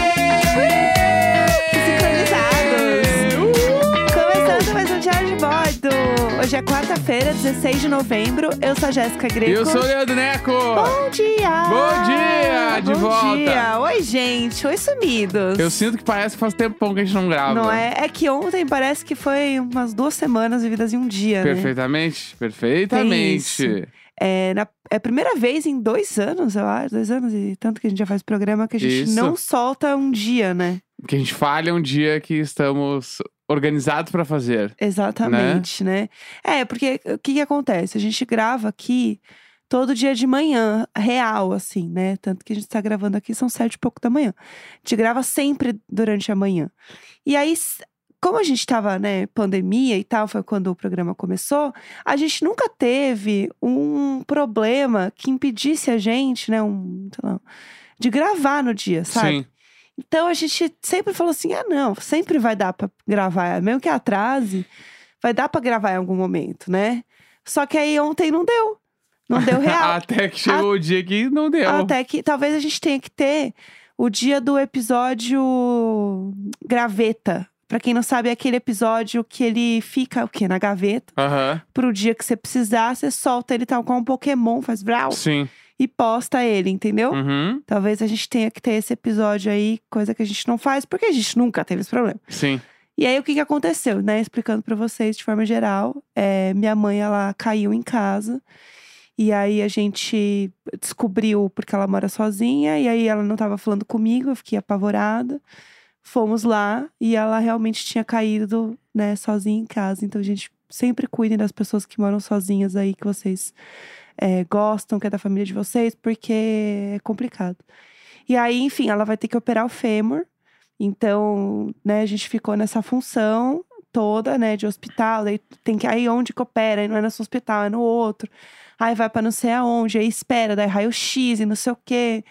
um Gordo! Hoje é quarta-feira, 16 de novembro. Eu sou a Jéssica Greco. Eu sou o Leandro Neco. Bom dia! Bom dia, de Bom volta. dia! Oi, gente! Oi, sumidos! Eu sinto que parece que faz tempão que a gente não grava. Não é? É que ontem parece que foi umas duas semanas vividas em um dia, né? Perfeitamente, Tem isso. perfeitamente. É, na- é a primeira vez em dois anos, eu acho. Dois anos e tanto que a gente já faz programa que a gente Isso. não solta um dia, né? Que a gente falha um dia que estamos organizados pra fazer. Exatamente, né? É, porque o que, que acontece? A gente grava aqui todo dia de manhã, real, assim, né? Tanto que a gente tá gravando aqui, são sete e pouco da manhã. A gente grava sempre durante a manhã. E aí, s- como a gente tava, né, pandemia e tal, foi quando o programa começou, a gente nunca teve um problema que impedisse a gente, né, um, sei lá, de gravar no dia, sabe? Sim. Então a gente sempre falou assim: ah, não, sempre vai dar pra gravar, mesmo que atrase, vai dar pra gravar em algum momento, né? Só que aí ontem não deu. Não deu real. Até que chegou o dia que não Ah, deu. Até que talvez a gente tenha que ter o dia do episódio graveta. Pra quem não sabe, é aquele episódio que ele fica o quê? Na gaveta. Aham, Pro dia que você precisar, você solta ele tal qual um Pokémon, faz brau sim. e posta ele, entendeu? Uhum, Talvez a gente tenha que ter esse episódio aí, coisa que a gente não faz, porque a gente nunca teve esse problema. sim. E aí, o que, que aconteceu, né? Explicando pra vocês de forma geral, é, minha mãe, ela caiu em casa. E aí, a gente descobriu, porque ela mora sozinha, e aí ela não tava falando comigo, eu fiquei apavorada. Fomos lá, e ela realmente tinha caído, né, sozinha em casa. Então, gente, sempre cuidem das pessoas que moram sozinhas aí, que vocês é, gostam, que é da família de vocês, porque é complicado. E aí, enfim, ela vai ter que operar o fêmur. Então, né, a gente ficou nessa função toda, né, de hospital, aí tem que aí onde que opera, aí não é nesse hospital, é no outro. Aí vai pra não sei aonde, aí espera, daí raio-x e não sei o quê.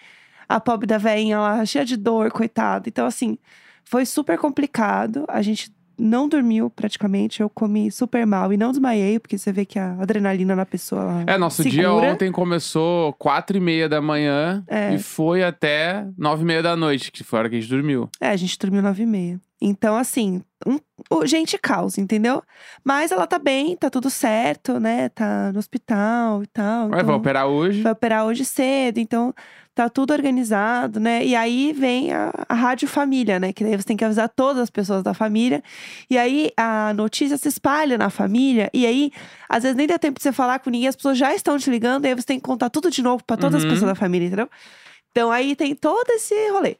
A pobre da veinha lá, cheia de dor, coitada. Então, assim, foi super complicado. A gente não dormiu praticamente, eu comi super mal e não desmaiei, porque você vê que a adrenalina na pessoa. ela É, nosso dia segura. ontem começou quatro e meia da manhã É. e foi até nove e meia da noite, que foi a hora que a gente dormiu. É, a gente dormiu nove e meia. Então, assim, um- o- gente causa, entendeu? Mas ela tá bem, tá tudo certo, né? Tá no hospital e tal. Mas então, vai operar hoje. vai operar hoje cedo, então tá tudo organizado, né? E aí vem a, a Rádio Família, né? Que daí você tem que avisar todas as pessoas da família. E aí a notícia se espalha na família. E aí, às vezes, nem dá tempo de você falar com ninguém, as pessoas já estão te ligando, e aí você tem que contar tudo de novo pra todas Uhum. as pessoas da família, entendeu? Então aí tem todo esse rolê.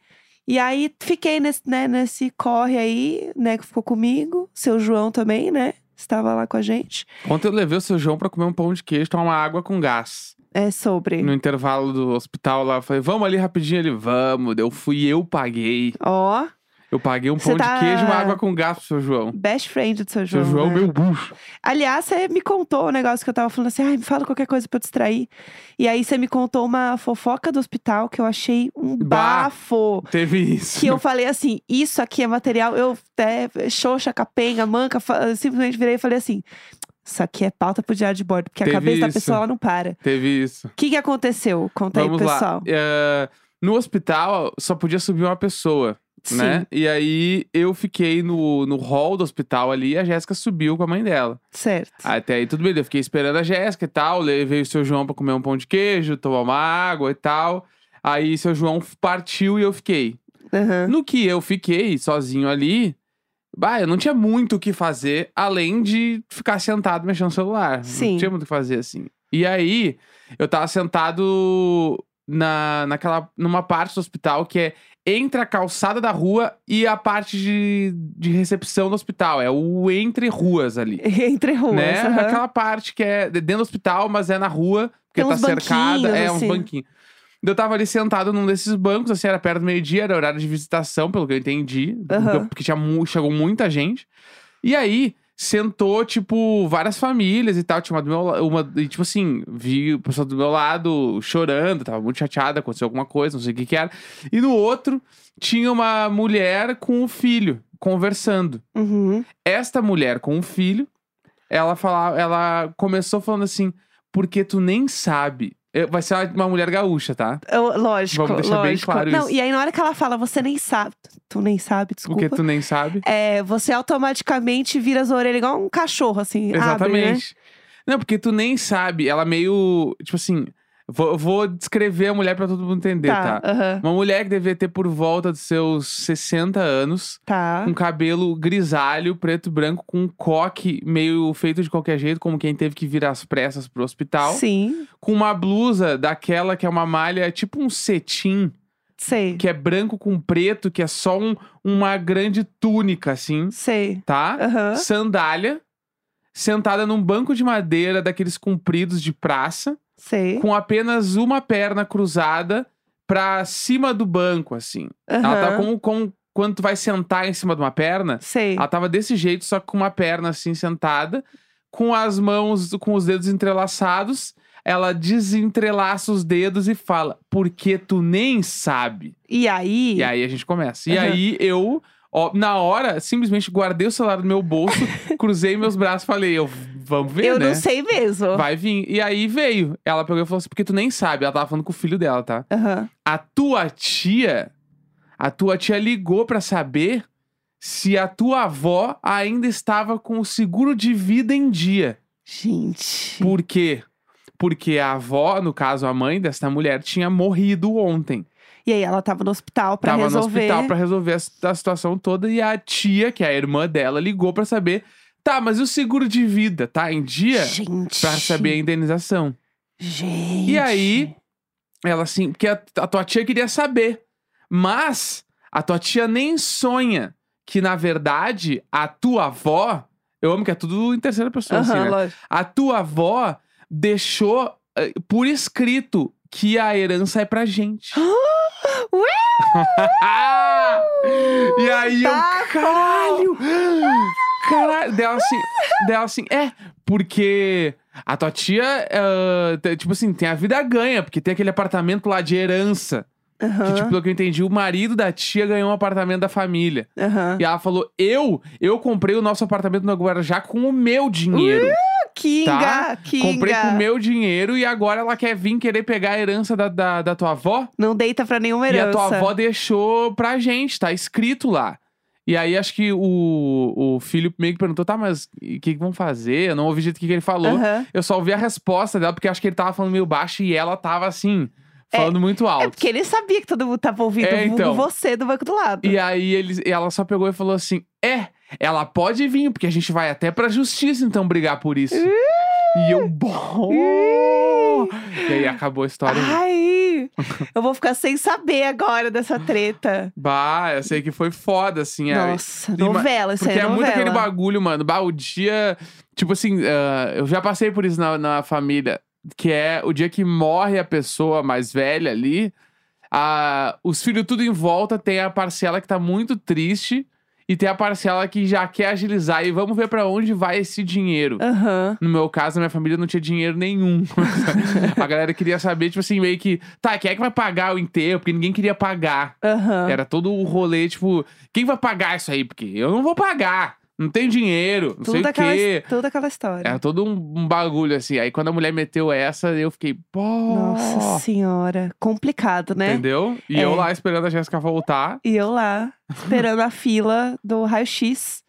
E aí fiquei nesse, né, nesse corre aí, né? Que ficou comigo, seu João também, né? Estava lá com a gente. Ontem eu levei o seu João pra comer um pão de queijo, tomar uma água com gás. É sobre. No intervalo do hospital lá, eu falei, vamos ali rapidinho. Ele, vamos. Eu fui, eu paguei. Ó, Eu paguei um Você pão tá- de queijo e uma água com gás pro seu João. best friend do seu João. seu João, né? meu bucho. Aliás, você me contou um negócio que eu tava falando assim, ai, me fala qualquer coisa pra eu distrair. E aí você me contou uma fofoca do hospital que eu achei um Bah. bafo. Teve isso. Que eu falei assim, isso aqui é material, eu é, xoxa, capenga, manca, fa- eu simplesmente virei e falei assim, isso aqui é pauta pro diário de bordo, porque Teve a cabeça da isso. pessoa ela não para. Teve isso. O que que aconteceu? Conta vamos aí, lá. pessoal. É, No hospital, só podia subir uma pessoa, Sim. né? E aí, eu fiquei no, no hall do hospital ali e a Jéssica subiu com a mãe dela. Certo. Até aí tudo bem, eu fiquei esperando a Jéssica e tal, levei o seu João pra comer um pão de queijo, tomar uma água e tal. Aí seu João partiu e eu fiquei. Aham. No que eu fiquei sozinho ali, bah, eu não tinha muito o que fazer além de ficar sentado mexendo no celular. Sim. Não tinha muito o que fazer assim. E aí, eu tava sentado na, naquela, numa parte do hospital que é entre a calçada da rua e a parte de, de recepção do hospital. É o entre ruas ali Entre ruas. né? aham. Aquela parte que é de- dentro do hospital, mas é na rua, porque Tem tá uns cercada. banquinhos, É, uns assim. banquinhos. Eu tava ali sentado num desses bancos, assim, era perto do meio-dia, era horário de visitação, pelo que eu entendi. Aham. Porque tinha, mu- chegou muita gente. E aí, sentou, tipo, várias famílias e tal. Tinha uma do meu la- uma E, tipo assim, vi o pessoal do meu lado chorando, tava muito chateada, aconteceu alguma coisa, não sei o que que era. E no outro, tinha uma mulher com o filho, conversando Uhum. esta mulher com um filho, ela fala, ela começou falando assim, porque tu nem sabe Eu- Vai ser uma- uma mulher gaúcha, tá? Eu- lógico, Vamos deixar bem lógico. claro Não, isso. e aí na hora que ela fala, você nem sabe. Tu nem sabe, desculpa. Porque tu nem sabe. É, você automaticamente vira as orelhas igual um cachorro, assim. Abre, né? Exatamente. Não, porque tu nem sabe. Ela meio. Tipo assim. Vou, vou descrever a mulher pra todo mundo entender, tá? Tá, aham. Uma mulher que devia ter por volta dos seus 60 anos, tá. com cabelo grisalho, preto e branco, com um coque meio feito de qualquer jeito, como quem teve que vir às pressas pro hospital. Sim, Com uma blusa daquela que é uma malha, tipo um cetim, sei, que é branco com preto, que é só um- uma grande túnica, assim, sei. tá? Aham. sandália, sentada num banco de madeira daqueles compridos de praça, Sei. com apenas uma perna cruzada pra cima do banco, assim. Ela tá Aham. com, com. Quando tu vai sentar em cima de uma perna, Sei. ela tava desse jeito, só que com uma perna assim sentada, com as mãos, com os dedos entrelaçados. Ela desentrelaça os dedos e fala, porque tu nem sabe. E aí? E aí a gente começa. E Aham. aí eu, ó, na hora, simplesmente guardei o celular no meu bolso, cruzei meus braços, falei, eu vamos ver, eu né? não sei mesmo. Vai vir. E aí veio. Ela pegou e falou assim: porque tu nem sabe. Ela tava falando com o filho dela, tá? Aham. A tua tia. A tua tia ligou pra saber se a tua avó ainda estava com o seguro de vida em dia. Gente. Por quê? Porque a avó, no caso a mãe desta mulher, tinha morrido ontem. E aí ela tava no hospital pra tava no resolver. hospital pra resolver a, s- a situação toda e a tia, que é a irmã dela, ligou pra saber, tá, mas e o seguro de vida tá em dia Gente. Pra saber a indenização. Gente. E aí, Ela assim, porque a, a tua tia queria saber, mas a tua tia nem sonha que na verdade a tua avó, eu amo que é tudo em terceira pessoa, assim, Aham, né? lógico. A tua avó deixou eh, por escrito que a herança é pra gente. e aí eu, Bafo! caralho! Caralho! Dela assim, dela assim, é, porque a tua tia, eh, te- tipo assim, tem a vida ganha, porque tem aquele apartamento lá de herança. Que, Aham. tipo, pelo que eu entendi, o marido da tia ganhou um apartamento da família. aham. tipo, E ela falou: Eu, eu comprei o nosso apartamento no Guarajá com o meu dinheiro. Kinga, tá? Kinga. Comprei com o meu dinheiro e agora ela quer vir querer pegar a herança da, da, da tua avó. Não deita pra nenhuma E herança. a tua avó deixou pra gente, tá escrito lá. E aí acho que o, o filho meio que perguntou, tá, mas e o que, que vão fazer? Eu não ouvi o jeito que, que ele falou. Aham. Eu só ouvi a resposta dela, porque acho que ele tava falando meio baixo e ela tava assim, É, falando muito alto. É porque ele sabia que todo mundo tava ouvindo É, vulgo então. você do banco do lado. E é aí ele, ela só pegou e falou assim: É, ela pode vir, porque a gente vai até pra justiça então brigar por isso. e eu, bom. e aí acabou a história. Ai, eu vou ficar sem saber agora dessa treta. Bah, eu sei que foi foda, assim. é- Nossa, Ima- novela, isso Porque aí é é novela. muito aquele bagulho, mano. Bah, o dia. Tipo assim, ah, eu já passei por isso na, na família. Que é o dia que morre a pessoa mais velha ali. ah, os filhos tudo em volta. Tem a parcela que tá muito triste. E tem a parcela que já quer agilizar. E vamos ver pra onde vai esse dinheiro. Aham. No meu caso, na minha família não tinha dinheiro nenhum. a galera queria saber, tipo assim, meio que. Tá, quem é que vai pagar o enterro? Porque ninguém queria pagar. Aham. Era todo o rolê, tipo, quem vai pagar isso aí? Porque eu não vou pagar. Não tem dinheiro, não sei Tudo o aquela, quê. toda aquela história. Era todo um, um bagulho, assim. Aí quando a mulher meteu essa, eu fiquei, pô. Nossa senhora, complicado, né? Entendeu? E É. eu lá esperando a Jéssica voltar. E eu lá, esperando a fila do raio-x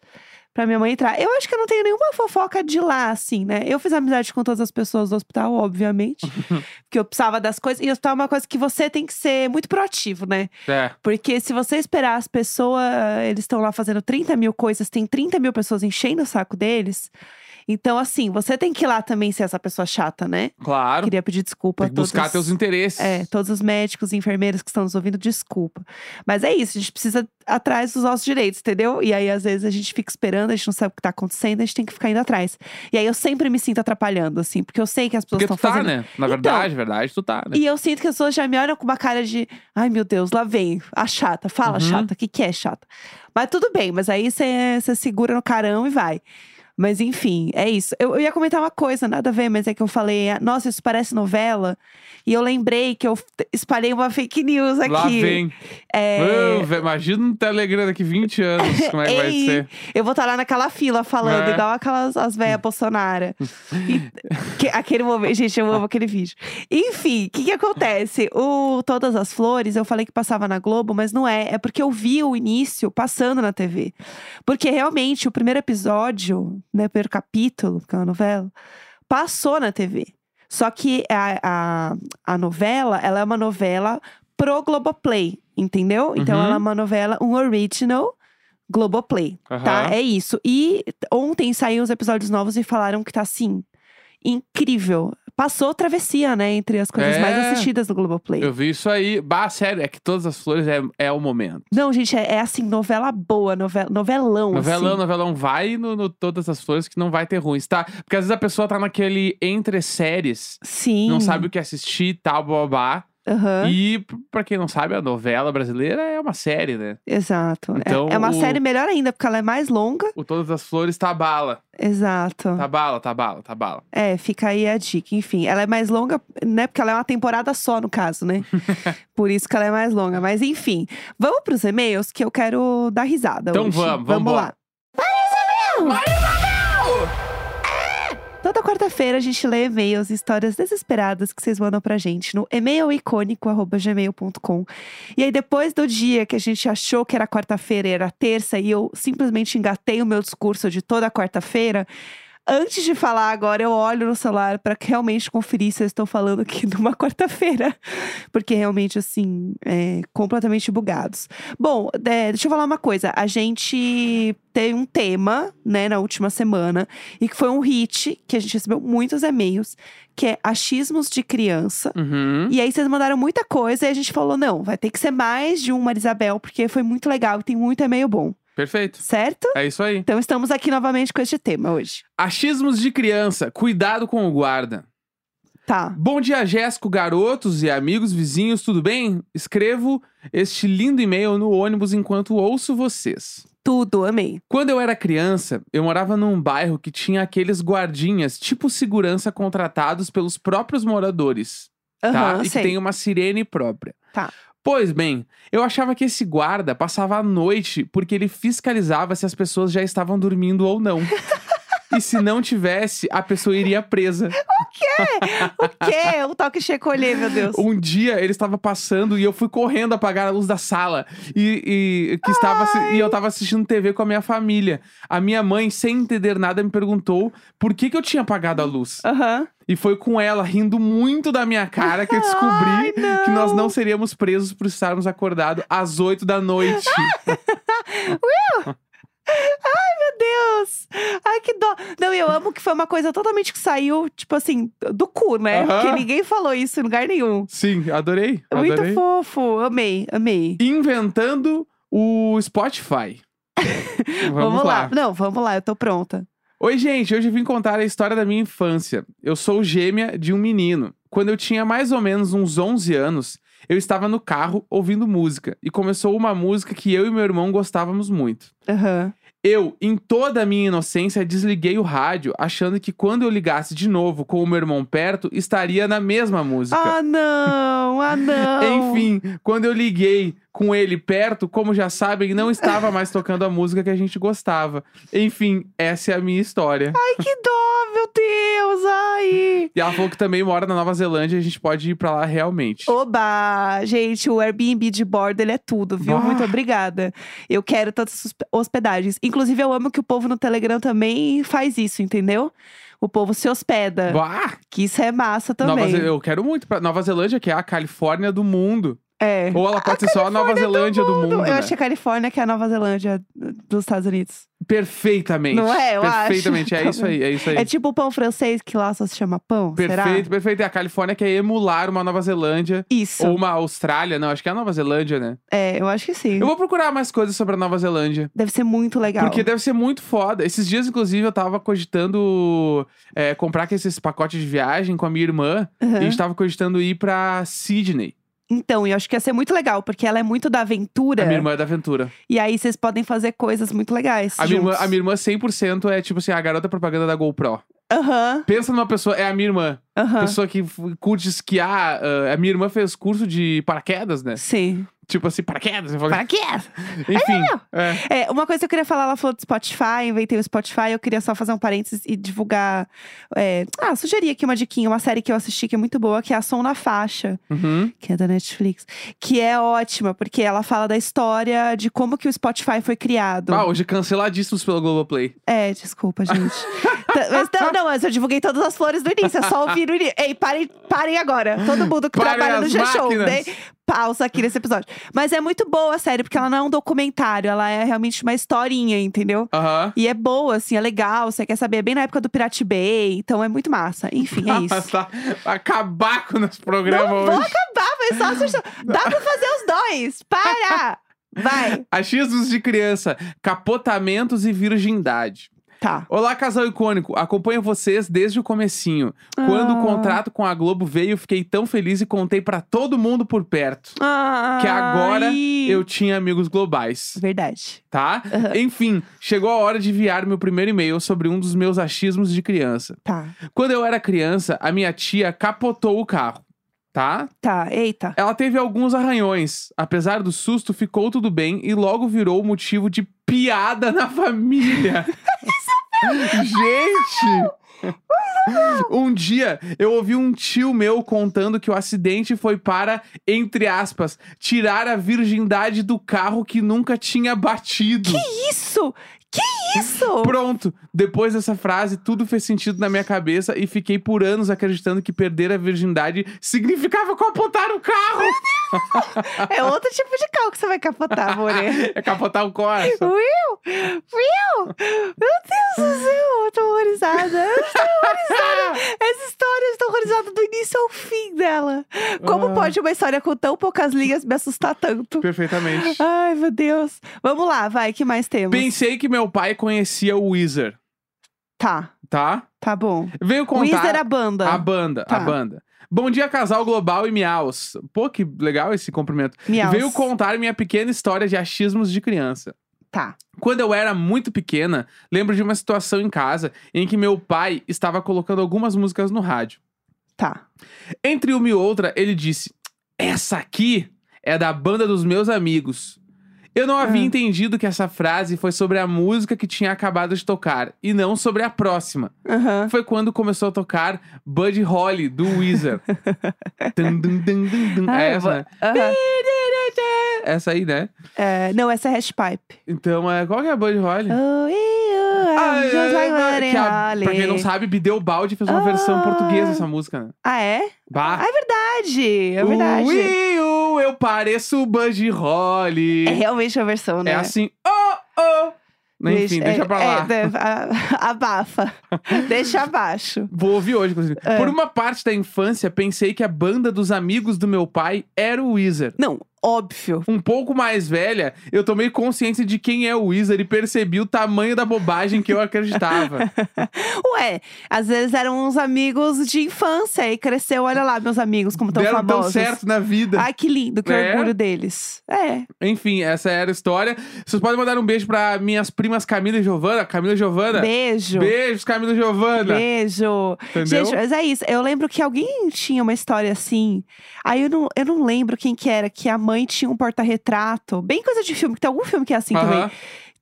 pra minha mãe entrar. Eu acho que eu não tenho nenhuma fofoca de lá, assim, né? Eu fiz amizade com todas as pessoas do hospital, obviamente. porque eu precisava das coisas. E o hospital é uma coisa que você tem que ser muito proativo, né? É. Porque se você esperar as pessoas, eles estão lá fazendo 30 mil coisas, tem 30 mil pessoas enchendo o saco deles. Então, assim, você tem que ir lá também ser essa pessoa chata, né? Claro. Queria pedir desculpa Tem a que todos. buscar teus interesses. É, todos os médicos e enfermeiros que estão nos ouvindo, desculpa. Mas é isso, a gente precisa atrás dos nossos direitos, entendeu? E aí, às vezes, a gente fica esperando, a gente não sabe o que tá acontecendo, a gente tem que ficar indo atrás. E aí, eu sempre me sinto atrapalhando, assim, porque eu sei que as pessoas Porque estão tu tá, fazendo. né? Na Então. verdade, verdade, tu tá, né? E eu sinto que as pessoas já me olham com uma cara de, ai meu Deus, lá vem a chata, fala Uhum. chata, o que, que é chata? Mas tudo bem, mas aí você segura no carão e vai. Mas enfim, é isso. Eu, eu ia comentar uma coisa, nada a ver, mas é que eu falei, ah, nossa, isso parece novela. E eu lembrei que eu f- espalhei uma fake news aqui. Lá vem. É, Eu, vé- imagina um Telegram daqui 20 anos, como é que vai Ei, ser. Eu vou estar lá naquela fila falando, É. igual aquelas as velhas Bolsonaro. E- que- aquele momento, gente, eu amo aquele vídeo. Enfim, o que, que acontece? O Todas as Flores, eu falei que passava na Globo, mas não é. É porque eu vi o início passando na TV. Porque realmente o primeiro episódio, né, o primeiro capítulo, porque é uma novela, passou na TV. Só que a, a, a novela, ela é uma novela pro Globoplay, entendeu? Então Uhum. ela é uma novela, um original Globoplay, tá? Aham. É isso. E ontem saíram os episódios novos e falaram que tá assim, incrível. Passou travessia, né? Entre as coisas mais É. assistidas do Globoplay. Eu vi isso aí. Bah, sério, é que todas as flores é, é o momento. Não, gente, é, é assim, novela boa, novela, novelão. Novelão, né? assim. novelão, vai no, no Todas as Flores que não vai ter ruins, tá? Porque às vezes a pessoa tá naquele entre séries, Sim. não sabe o que assistir e tal, babá. Aham, E, p- pra quem não sabe, a novela brasileira é uma série, né? Exato. É- Então, é, uma o- série melhor ainda, porque ela é mais longa. O Todas as Flores tá bala. Exato. Tá bala, tá bala, tá bala. É, fica aí a dica. Enfim, ela é mais longa, né? Porque ela é uma temporada só, no caso, né? Por isso que ela é mais longa. Mas enfim, vamos pros e-mails que eu quero dar risada. Então hoje. vamos, vamos vambora. lá. Toda quarta-feira a gente lê e-mails e histórias desesperadas que vocês mandam pra gente no e-mailicônico.gmail.com. E aí, depois do dia que a gente achou que era quarta-feira e era terça, e eu simplesmente engatei o meu discurso de toda quarta-feira. Antes de falar agora, eu olho no celular pra realmente conferir se eu estou falando aqui numa quarta-feira. Porque realmente, assim, é completamente bugados. Bom, é, deixa eu falar uma coisa. A gente teve um tema, né, na última semana, e que foi um hit, que a gente recebeu muitos e-mails, que é achismos de criança. Uhum. E aí vocês mandaram muita coisa e a gente falou: não, vai ter que ser mais de um Marisabel, porque foi muito legal e tem muito e-mail bom, Perfeito. certo? É isso aí. Então estamos aqui novamente com este tema hoje. Achismos de criança, cuidado com o guarda. Tá. Bom dia, Jéssico, garotos e amigos, vizinhos, tudo bem? Escrevo este lindo e-mail no ônibus enquanto ouço vocês. Tudo, amei. Quando eu era criança, eu morava num bairro que tinha aqueles guardinhas, tipo segurança, contratados pelos próprios moradores, tá? Aham, e que sei. tem uma sirene própria. Tá. Pois bem, eu achava que esse guarda passava a noite porque ele fiscalizava se as pessoas já estavam dormindo ou não. e se não tivesse, a pessoa iria presa. O quê? O toque checolher, meu Deus. Um dia ele estava passando e eu fui correndo apagar a luz da sala. E, e- que estava, assi- e eu estava assistindo TV com a minha família. A minha mãe, sem entender nada, me perguntou por que, que eu tinha apagado a luz. Aham. E foi com ela, rindo muito da minha cara, que eu descobri que nós não seríamos presos por estarmos acordados às 8 da noite. Deus! Ai, que dó. Não, e eu amo que foi uma coisa totalmente que saiu, tipo assim, do cu, né? Aham. Porque ninguém falou isso em lugar nenhum. Sim, adorei. Muito adorei. fofo. Amei, amei. Inventando o Spotify. Vamos, lá. Não, vamos lá, eu tô pronta. Oi, gente. Hoje eu vim contar a história da minha infância. Eu sou gêmea de um menino. Quando eu tinha mais ou menos uns 11 anos, eu estava no carro ouvindo música e começou uma música que eu e meu irmão gostávamos muito. Aham. Eu, em toda a minha inocência, desliguei o rádio, achando que quando eu ligasse de novo com o meu irmão perto, estaria na mesma música. Ah, não! Ah, não! Enfim, quando eu liguei com ele perto, como já sabem, não estava mais tocando a música que a gente gostava. Enfim, essa é a minha história. Ai, que dó, meu Deus! Ai! E ela falou que também mora na Nova Zelândia, a gente pode ir pra lá realmente. Oba! Gente, o Airbnb de bordo, ele é tudo, viu? Bah. Muito obrigada. Eu quero todas as hosp- hospedagens. Inclusive, eu amo que o povo no Telegram também faz isso, entendeu? O povo se hospeda. Bah! Que isso é massa Nova também. Ze- eu quero muito pra Nova Zelândia, que é a Califórnia do mundo. É. Ou ela pode ser só a Nova Zelândia do mundo. eu né? acho que a Califórnia que é a Nova Zelândia eh, dos Estados Unidos. Perfeitamente. Não é? Eu acho. Perfeitamente, é isso aí, é isso aí. É tipo o pão francês que lá só se chama pão, será? perfeito, perfeito. E a Califórnia quer emular uma Nova Zelândia Isso. ou uma Austrália. Não, acho que é a Nova Zelândia, né? É, eu acho que sim. Eu vou procurar mais coisas sobre a Nova Zelândia. Deve ser muito legal. Porque deve ser muito foda. Esses dias, inclusive, eu tava cogitando é, comprar aqueles- esses pacotes de viagem com a tá minha irmã. E a Aham. gente tava cogitando ir pra Sydney. Então, eu acho que ia ser muito legal, porque ela é muito da aventura. A minha irmã é da aventura. E aí vocês podem fazer coisas muito legais. A minha, irmã, juntos. a minha irmã 100% é tipo assim, a garota propaganda da GoPro. Aham, Pensa numa pessoa, é a minha irmã. aham. Pessoa que f- curte esquiar. ah, a minha irmã fez curso de paraquedas, né? Sim. Tipo assim, paraquedas. eu falo- Para quê? Enfim. é. É, uma coisa que eu queria falar, ela falou do Spotify, inventei o Spotify, eu queria só fazer um parênteses e divulgar. é, Ah, sugerir aqui uma diquinha, uma série que eu assisti que é muito boa, que é a Som na Faixa, Uhum. que é da Netflix. Que é ótima, porque ela fala da história de como que o Spotify foi criado. Ah, hoje canceladíssimos pelo Globoplay. É, desculpa, gente. Tá, mas não, não, mas eu divulguei todas as flores do início, é só ouvir o início. Ei, parem, parem agora. Todo mundo que Parem trabalha no as G-Show, máquinas. dê pausa aqui nesse episódio. Mas é muito boa a série, porque ela não é um documentário, ela é realmente uma historinha, entendeu? Aham. E é boa, assim, é legal, você quer saber, é bem na época do Pirate Bay, então é muito massa. Enfim, é Ah, isso. tá. Acabar com o nosso programa não vou hoje. acabar, foi só sugestão. Dá pra fazer os dois, para! Vai. Achismos de criança, capotamentos e virgindade. Tá. Olá, casal icônico. Acompanho vocês desde o comecinho. Quando o Ah. contrato com a Globo veio, fiquei tão feliz e contei pra todo mundo por perto. Que agora Ah, Ai. eu tinha amigos globais, Verdade. tá? Enfim, chegou a hora de enviar meu primeiro e-mail sobre um dos meus achismos de criança. Tá, Quando eu era criança, a minha tia capotou o carro, tá? tá, eita. Ela teve alguns arranhões. Apesar do susto, ficou tudo bem e logo virou motivo de piada na família. Gente! Um dia eu ouvi um tio meu contando que o acidente foi para, entre aspas, tirar a virgindade do carro que nunca tinha batido. Isso! Que isso? Pronto! Depois dessa frase, tudo fez sentido na minha cabeça e fiquei por anos acreditando que perder a virgindade significava capotar o carro. É outro tipo de carro que você vai capotar, More. É capotar o Corsa. Will! Will! Meu Deus do céu, eu tô horrorizada. Eu estou horrorizada. Essa história, eu estou horrorizada do início ao fim dela. Como Ah. pode uma história com tão poucas linhas me assustar tanto? Perfeitamente. Ai, meu Deus. Vamos lá, vai, que mais temos? Pensei que meu pai conhecia o Weezer, Tá, tá? tá bom. Veio contar Wizard é a banda. a banda, a Tá. banda. Bom dia, casal global e miaus. Pô, que legal esse cumprimento. Miaus. Veio contar minha pequena história de achismos de criança. Tá. Quando eu era muito pequena, lembro de uma situação em casa em que meu pai estava colocando algumas músicas no rádio. Tá. Entre uma e outra, ele disse: Essa aqui é da banda dos meus amigos. Eu não havia Ah. entendido que essa frase foi sobre a música que tinha acabado de tocar e não sobre a próxima. Aham. Foi quando começou a tocar Buddy Holly do Weezer. Dun, dun, dun, dun, dun. Ah, É eu vou- essa, né? Aham. Essa aí, né? É, não, essa é hash pipe. Então, é, qual que é a Buddy Holly? Oh, e, oh, I'm Ah, just é, like é, Buddy que a- pra quem não Holly. sabe, Bideu Balde fez uma Ah. versão portuguesa dessa múca, né? Ah, é? Bah. Ah, é verdade, é verdade. Ui, u, eu pareço o Buddy Holly. É realmente a versão, né? É assim, oh, oh. Enfim, é- deixa pra lá. é, né, a- abafa. deixa abaixo. Vou ouvir hoje, inclusive. É. Por uma parte da infância, pensei que a banda dos amigos do meu pai era o Weezer. Não, óbvio. Um pouco mais velha, eu tomei consciência de quem é o Weezer e percebi o tamanho da bobagem que eu acreditava. Ué, às vezes eram uns amigos de infância e cresceu, olha lá, meus amigos, como tão Deram tão famosos. certo na vida. Ai, que lindo, que É. orgulho deles. É, Enfim, essa era a história. Vocês podem mandar um beijo pra minhas primas Camila e Giovana. Camila e Giovana. beijo. Beijos, Camila e Giovana. Beijo. Entendeu? Gente, mas é isso. Eu lembro que alguém tinha uma história assim. Aí eu não, eu não lembro quem que era, que a mãe tinha um porta-retrato. Bem coisa de filme, que tem algum filme que é assim também. Aham.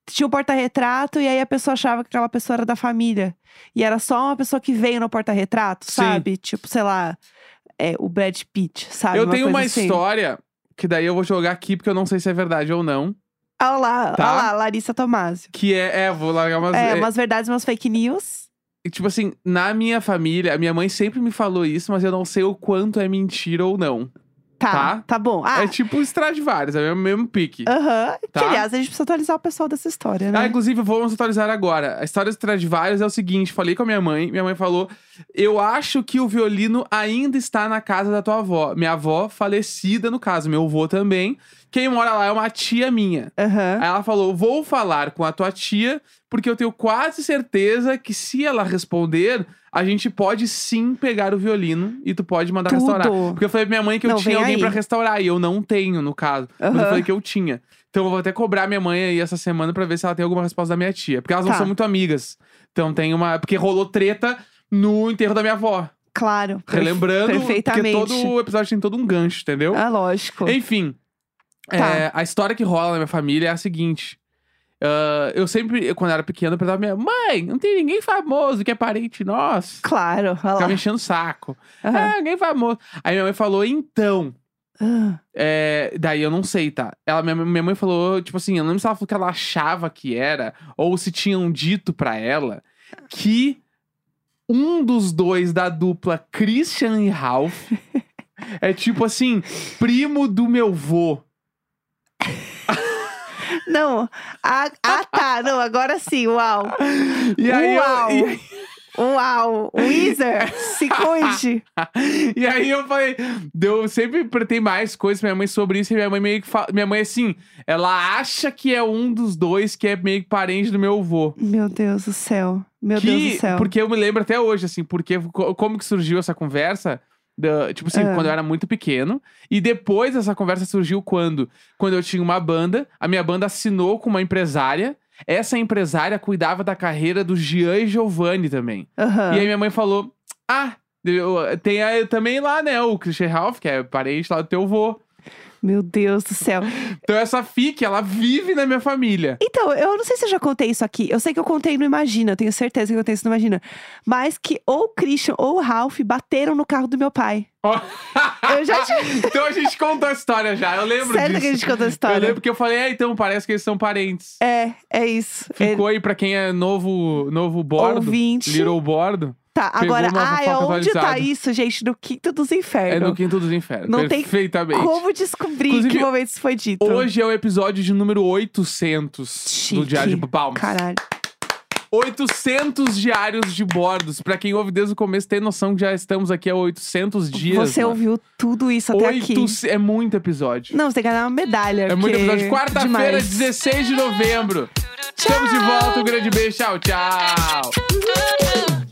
tinha um porta-retrato e aí a pessoa achava que aquela pessoa era da família. E era só uma pessoa que veio no porta-retrato, Sim. sabe? Tipo, sei lá, é, o Brad Pitt, sabe? Eu tenho coisa uma assim. história que daí eu vou jogar aqui porque eu não sei se é verdade ou não. Olha Ah, lá, Tá. olha lá, Larissa Tomásio. Que é, é vou largar umas. é, é, umas verdades, umas fake news. e Tipo assim, na minha família, a minha mãe sempre me falou isso, mas eu não sei o quanto é mentira ou não. Tá, Tá. tá, bom. Ah, É tipo o Stradivarius, é o mesmo, mesmo pique. aham. Tá. Que, aliás, a gente precisa atualizar o pessoal dessa história, né? Ah, inclusive, vamos atualizar agora. A história do Stradivarius é o seguinte: falei com a minha mãe, minha mãe falou: Eu acho que o violino ainda está na casa da tua avó. Minha avó, falecida no caso, meu avô também. Quem mora lá é uma tia minha. Aham. Aí ela falou: vou falar com a tua tia, porque eu tenho quase certeza que se ela responder, a gente pode sim pegar o violino e tu pode mandar restaurar. Tudo. Porque eu falei pra minha mãe que eu Não, tinha vem alguém aí. pra restaurar, e eu não tenho, no caso. Mas eu Aham. falei que eu tinha. Então eu vou até cobrar minha mãe aí essa semana pra ver se ela tem alguma resposta da minha tia. Porque elas não Tá. são muito amigas. Então tem uma. Porque rolou treta no enterro da minha avó. Claro. perfe- Relembrando, porque Perfeitamente. todo episódio tem todo um gancho, entendeu? Ah, lógico. Enfim, Tá. é, a história que rola na minha família é a seguinte. Ah, eu sempre, eu, quando eu era pequeno, eu perguntava pra minha mãe, não tem ninguém famoso que é parente nosso. Claro. olha lá. Ficava enchendo o saco. Aham. Ah, ninguém famoso. Aí minha mãe falou, então. Ah, é, daí eu não sei, tá? Ela, minha, minha mãe falou, tipo assim, eu não lembro se ela falou que ela achava que era, ou se tinham dito pra ela que um dos dois da dupla Christian e Ralph é tipo assim, primo do meu vô. Não. Ah, ah, tá. Não, agora sim. Uau. E aí, Uau. eu, e, Uau. Weezer, se cuide. e aí eu falei, eu sempre perguntei mais coisas pra minha mãe sobre isso, e minha mãe meio que fala, minha mãe assim, ela acha que é um dos dois que é meio que parente do meu vô. Meu Deus do céu. Meu que, Deus do céu. Porque eu me lembro até hoje, assim, porque co- como que surgiu essa conversa? da- tipo assim, Ah. quando eu era muito pequeno. E depois essa conversa surgiu quando? Quando eu tinha uma banda, a minha banda assinou com uma empresária. Essa empresária cuidava da carreira do Jean e Giovanni também. Aham. E aí minha mãe falou: Ah, eu- tem aí também lá, né? O Christian Ralph, que é parente lá do teu vô. Meu Deus do céu. Então essa fique, ela vive na minha família. Então, eu não sei se eu já contei isso aqui. Eu sei que eu contei no Imagina, eu tenho certeza que eu contei isso no Imagina. Mas que ou o Christian ou o Ralph bateram no carro do meu pai. Ó. Eu já te... então a gente contou a história já. Eu lembro Sério disso. que a gente contou a história? Eu lembro que eu falei, é, então, parece que eles são parentes. É, é isso. Ficou aí pra quem é novo, novo bordo. Ouvinte. Little bordo. Tá, Pegou agora, uma ai, fofoca onde tá atualizada. isso, gente? No quinto dos É no infernos. Quinto dos Infernos. Não tem perfeitamente. Como descobrir em Inclusive, que momento isso foi dito? Hoje é o episódio de número 800 Chique. do Diário de Palmas. Caralho. 800 diários de bordos. Pra quem ouve desde o começo, tem noção que já estamos aqui há 800 dias. né? você mano. ouviu tudo isso até aqui. Oitoce- É muito episódio. Não, você tem que ganhar uma medalha. É muito porque- episódio. Quarta-feira, demais. 16 de novembro. Estamos de volta. Um grande beijo. Tchau, tchau. Tchau.